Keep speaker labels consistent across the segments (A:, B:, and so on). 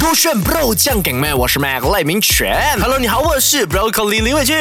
A: 不炫 bro 酱梗妹，我是 Mac 赖明全。
B: Hello，你好，我是 Broccoli 林伟俊。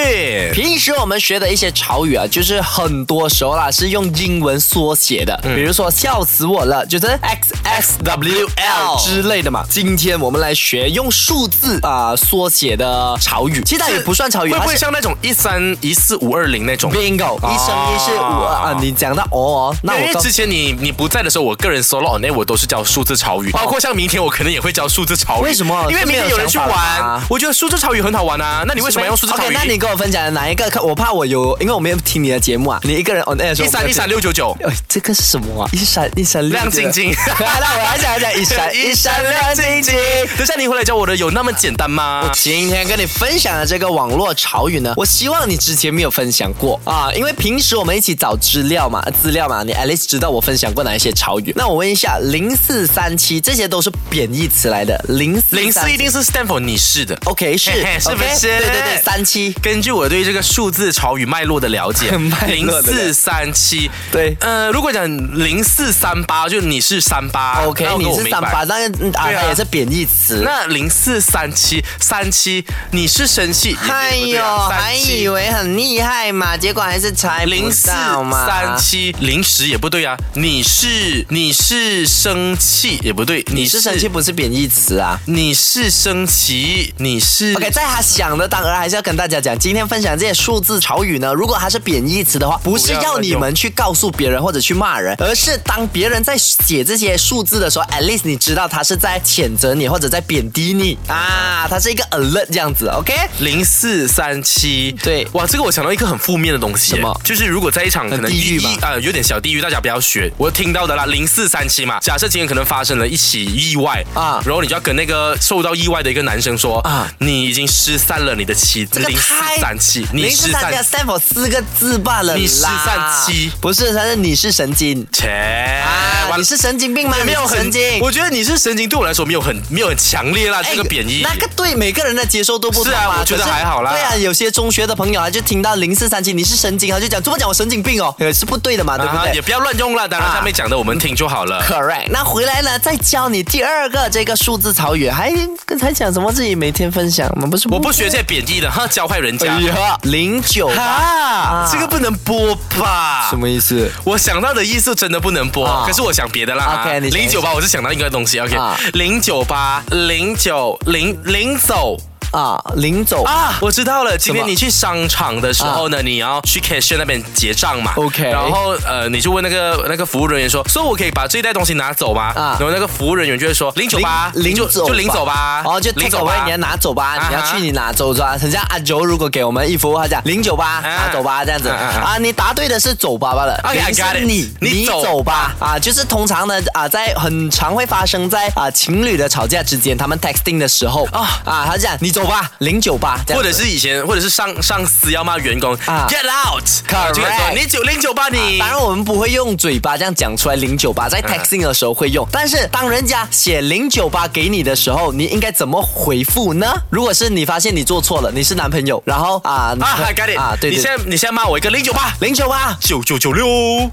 A: 平时我们学的一些潮语啊，就是很多时候啦是用英文缩写的，
B: 嗯
A: 比如说笑死我了，就是 X X W L 之类的嘛。今天我们来学用数字啊、缩写的潮语，其实它哦也不算潮语，
B: 会不
A: 它
B: 会
A: 是
B: 像那种一三一四五二零那种？
A: bingo 一生一世五二啊？你讲到哦哦，那
B: 哦因
A: 我
B: 为
A: 告
B: 之前你你不在的时候，我个人 solo 那我都是教数字潮语，包括像明天我可能也会教数字潮语。
A: 哦为什么
B: 因为明天有人去
A: 这样没有想法
B: 玩
A: 吗，
B: 我觉得数字潮语很好玩啊。那你为什么要用数字潮
A: o
B: 语
A: k 那你跟我分享哪一个？可我怕我有，因为我没有听你的节目啊。你一个人 on air 的时候
B: 一三一三六九九，
A: 哎，这个是什么啊？一闪一闪
B: 亮晶 晶
A: 那我来讲一讲一闪一闪亮晶晶。
B: 等 一下你回来教我的有那么简单吗？
A: 今天跟你分享的这个网络潮语呢，我希望你之前没有分享过啊，因为平时我们一起找资料嘛，资料嘛，你 at least 知道我分享过哪一些潮语。那我问一下，零四三七这些都是贬义词来的，零四
B: 零四一定是 stand for 你是的。
A: OK 是
B: 嘿嘿是不
A: OK，
B: 是
A: 对对对，三七，
B: 根据我对这个数字潮语脉络的了解
A: 脉
B: 零
A: 络的了解
B: 四三七，
A: 对
B: 呃，如果讲零四三八，就你是三八
A: OK，你是三八，。那个嗯啊，
B: 对啊
A: 它也是贬义词。
B: 那零四三七三七，你是生气？
A: 哎呦，
B: 啊
A: 还以为很厉害嘛，结果还是猜
B: 零
A: 不
B: 四
A: 到嘛。
B: 三七零食也不对啊，你是你是生气也不对，你
A: 你是生气不是贬义词啊
B: 你是升旗，你是
A: ？OK，在他想的当然还是要跟大家讲，今天分享这些数字潮语呢，如果它是贬义词的话，不是要你们去告诉别人或者去骂人，而是当别人在写这些数字的时候，at least 你知道他是在谴责你或者在贬低你啊，它是一个 alert 这样子，OK？
B: 零四三七，
A: 对
B: 哇，这个我想到一个很负面的东西耶，
A: 什么
B: 就是如果在一场可能
A: 地狱
B: 一
A: 吧
B: 一呃有点小地狱，大家不要学。我听到的啦，零四三七嘛，假设今天可能发生了一起意外
A: 啊
B: 啊，然后你就要跟那个受到意外的一个男生说
A: 啊
B: 啊，你已经失散了你的妻子，
A: 这个
B: 零四
A: 太
B: 三七，你
A: 零四
B: 失
A: 三
B: 散
A: 七 stand for 四个字罢了啦。
B: 你失散七
A: 不是，他是你是神经
B: 切，
A: 啊，
B: 完
A: 你是神经病吗？
B: 没有
A: 你是
B: 很
A: 神经。
B: 我觉得你是神经，对我来说没有很没有很强烈啦，这个贬义。
A: 哎那个对每个人的接受都不
B: 是
A: 同
B: 啊
A: 嘛
B: 我觉得
A: 可是
B: 还好啦
A: 对啊，有些中学的朋友啊，就听到零四三七你是神经啊，就讲怎么讲我神经病哦， 呃是不对的嘛，对不
B: 啊哈
A: 对
B: 也？不要乱用啦，当然
A: 啊
B: 上面讲的我们听就好 了。
A: Correct，那回来呢，再教你第二个这个数字潮语，还刚才讲什么自己每天分享，我们不是
B: 我不学这贬义的，哈，教坏人
A: 哎
B: 家。
A: 零九
B: 啊，这个不能播吧？
A: 什？么意思？
B: 我想到的意思真的不能播，
A: 啊
B: 可是我想别的啦。
A: OK，你想一
B: 零
A: 下
B: 九八，我是想到一个东西。OK，
A: 啊
B: 零九八零九零零走
A: 啊，零走
B: 啊，我知道了。今天
A: 什么啊
B: 你去商场的时候呢，你要去 cashier 那边结账嘛。
A: OK
B: 然后呃，你就问那个那个服务人员说，所以我可以把这一袋东西拿走吗？
A: 啊
B: 然后那个服务人员就会说零九八，
A: 零
B: 就
A: 走
B: 就领走吧。
A: 哦，就 take
B: 领走
A: away，
B: 吧
A: 你要。拿走吧，
B: 啊哈
A: 你要去你拿走是吧？很像阿九如果给我们一幅，他讲零九八拿走吧这样子
B: 啊啊啊
A: 啊，你答对的是走吧吧了，
B: OK，I
A: 零是
B: got it
A: 你
B: 你
A: 你
B: 走
A: 走吧啊，就是通常呢啊，在很常会发生在啊情侣的吵架之间，他们 texting 的时候啊
B: 啊
A: 啊，他讲你走吧零九八，这样
B: 或
A: 子
B: 者是以前，或者是上上司要骂员工、
A: 啊
B: get out，
A: Correct 啊
B: 就跟他说你九零九八你。
A: 当然，我们不会用嘴巴这样讲出来零九八，在
B: 嗯
A: texting 的时候会用。但是当人家写零九八给你的时候，你应该怎么回复呢？如果是你发现你做错了，你是男朋友，然后啊
B: 啊，I got it！
A: 啊，对
B: 你现
A: 对，
B: 在你现在骂我一个零九八
A: 零九八
B: 九九九六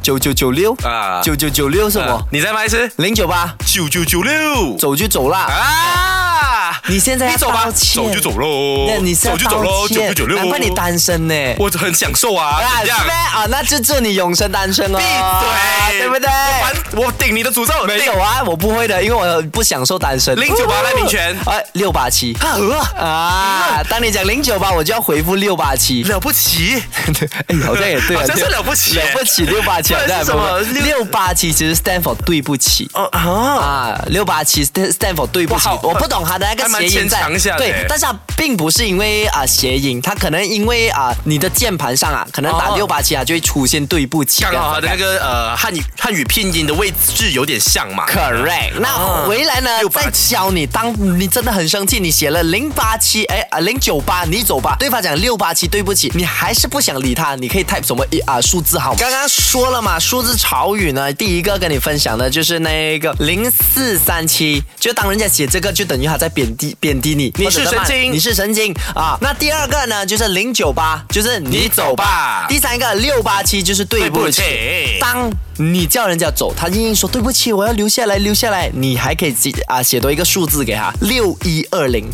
A: 九九九六
B: 啊
A: 九九九六什么？
B: 你再骂一次
A: 零九八
B: 九九九六
A: 走就走啦。
B: 啊！
A: 你现在要
B: 你走吧，
A: 道歉
B: 走就走喽，
A: 那你是要
B: 走就走喽，九
A: 道
B: 九
A: 歉
B: 九六，
A: 难怪你单身呢。
B: 我很享受啊，
A: 啊，
B: 怎
A: 是
B: 样？
A: 呗啊，那就祝你永生单身哦。
B: 闭嘴，
A: 对不对？
B: 我还我顶你的诅咒，
A: 没
B: 顶
A: 有啊，我不会的，因为我不享受单身。
B: 098赖明权
A: 哎，六八七啊！当你讲零九八，我就要回复六八七。
B: 了不起，
A: 哎，好像也 对啊，
B: 好像是了不起
A: 了不起六八七，
B: 不然是
A: 好像
B: 什么
A: 也不会六八七其实 stand for 对不起。
B: 哦啊，
A: 啊，六八七 stand for 对不起
B: 哇，好
A: 我不懂它的那个
B: 还蛮
A: 谐音
B: 牵
A: 在
B: 强一下，的
A: 对
B: 欸，
A: 但是它并不是因为啊谐音，它可能因为啊你的键盘上啊，可能打
B: 哦
A: 六八七啊就会出现对不起，啊
B: 刚
A: 这样
B: 好
A: 子
B: 他的那个呃汉语汉语拼音的位置有点像嘛。
A: Correct。那
B: 啊
A: 回来呢，再
B: 687
A: 教你，当你真的很生气，你写了零八七，哎啊零九八，你走吧。对方讲六八七，对不起，你还是不想理他，你可以 type 什么一啊数字好吗？刚刚说了嘛，数字潮语呢，第一个跟你分享的就是那个零四三七，就当人家写这个，就等于他在贬低贬低你，
B: 你
A: 或者
B: 是
A: 在骂
B: 神经
A: 你是神经啊。那第二个呢，就是零九八，就是你
B: 你走吧
A: 第三个六八七就是对不起。
B: 对不起
A: 当你叫人家走，他硬硬说对不起，我要留下来，留下来，你还可以写啊写多一个数字给他，六一二零。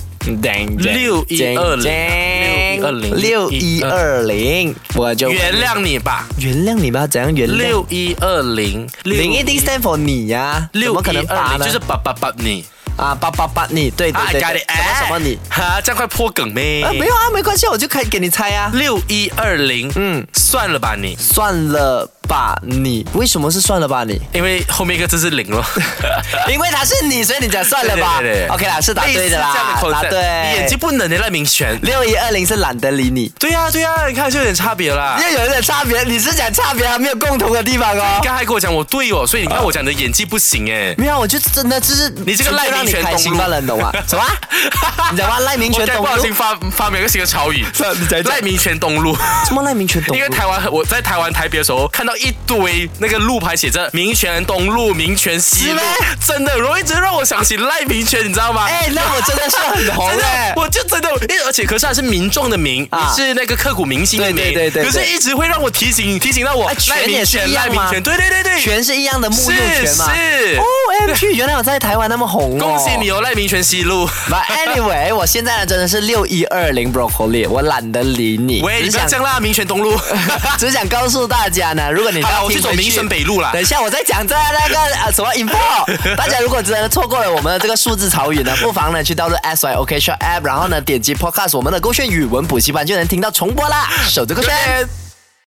B: 6120
A: 六一二零，我就
B: 原谅你吧，
A: 原谅你吧，怎样原谅？
B: 六一二零
A: 零一定 stand for 你呀、怎
B: 六
A: 么可能
B: 一
A: 八
B: 二
A: 呢？
B: 零就是八八八你
A: 啊，八八八你，对对
B: 啊
A: 对，
B: ，got
A: 对
B: it，哎
A: 什么什么你？
B: 哈，这样快破梗咩？
A: 啊，没有啊，没关系，我就可以给你猜啊。
B: 六一二零，
A: 嗯
B: 嗯，算了吧你，
A: 算了吧你，为什么是算了吧你？
B: 因为后面一个字是 零了。
A: 因为他是你，所以你讲算了吧。
B: 对对对对
A: OK 啦，是答对的
B: 类似
A: 啦，
B: 这样的 concept
A: 答对。
B: 你眼睛不能的赖明权。
A: 六一二零是懒得理你，
B: 对呀、对呀、你看就有点差别 啦。
A: 又有一点差别，你是讲差别还没有共同的地方哦
B: 你。刚才跟我讲我对哦，所以你看我讲的演技不行哎。
A: 没有，我就真的就是
B: 你这个赖
A: 让
B: 明
A: 你
B: 权
A: 开
B: 东
A: 心
B: 路
A: 罢了，你懂吗？ 什么？啊你讲吗？赖明
B: 我
A: 权
B: 该
A: 东
B: 不小
A: 路
B: 心？发发明一个新的潮语
A: 是啊你讲一，讲
B: 赖明权东路。
A: 什么赖明权东
B: 因为
A: 路？
B: 台湾，我在台湾台北的时候，看到一堆那个路牌写着“民权东路”“民权西路
A: 是吗”，
B: 真的，容易直让我想起赖民权，你知道吗？
A: 哎，那我真的是很红
B: 真的
A: 哎，。
B: 我就真的，因为而且可是还是民众的民，
A: 啊
B: 你是那个刻骨铭心的民，
A: 对对对对对
B: 可是一直会让我提醒提醒到我
A: 哎权
B: 赖
A: 也
B: 民
A: 是
B: 权
A: 一样
B: 赖民
A: 吗
B: 权，对对对对，
A: 全是一样的木
B: 是
A: 六权嘛。
B: 是
A: 哦，M G 原来我在台湾那么红
B: 恭
A: 哦。
B: 喜你哦，赖民权西路。
A: But anyway，我现在呢真的是六一二零 broccoli，我懒得理你。
B: 喂，你不
A: 只
B: 要
A: 想
B: 这样啦，民权东路。
A: 只想告诉大家呢，如果 你
B: 好啦
A: 要
B: 我去
A: 听
B: 走
A: 回
B: 民生北路啦
A: 等一下我再讲这那个呃什么 info。大家如果真的错过了我们的这个数字潮语呢，不妨呢去到这 S Y O K Shop App，然后呢点击 Podcast 我们的勾选语文补习班就能听到重播啦。守着勾选。
B: 对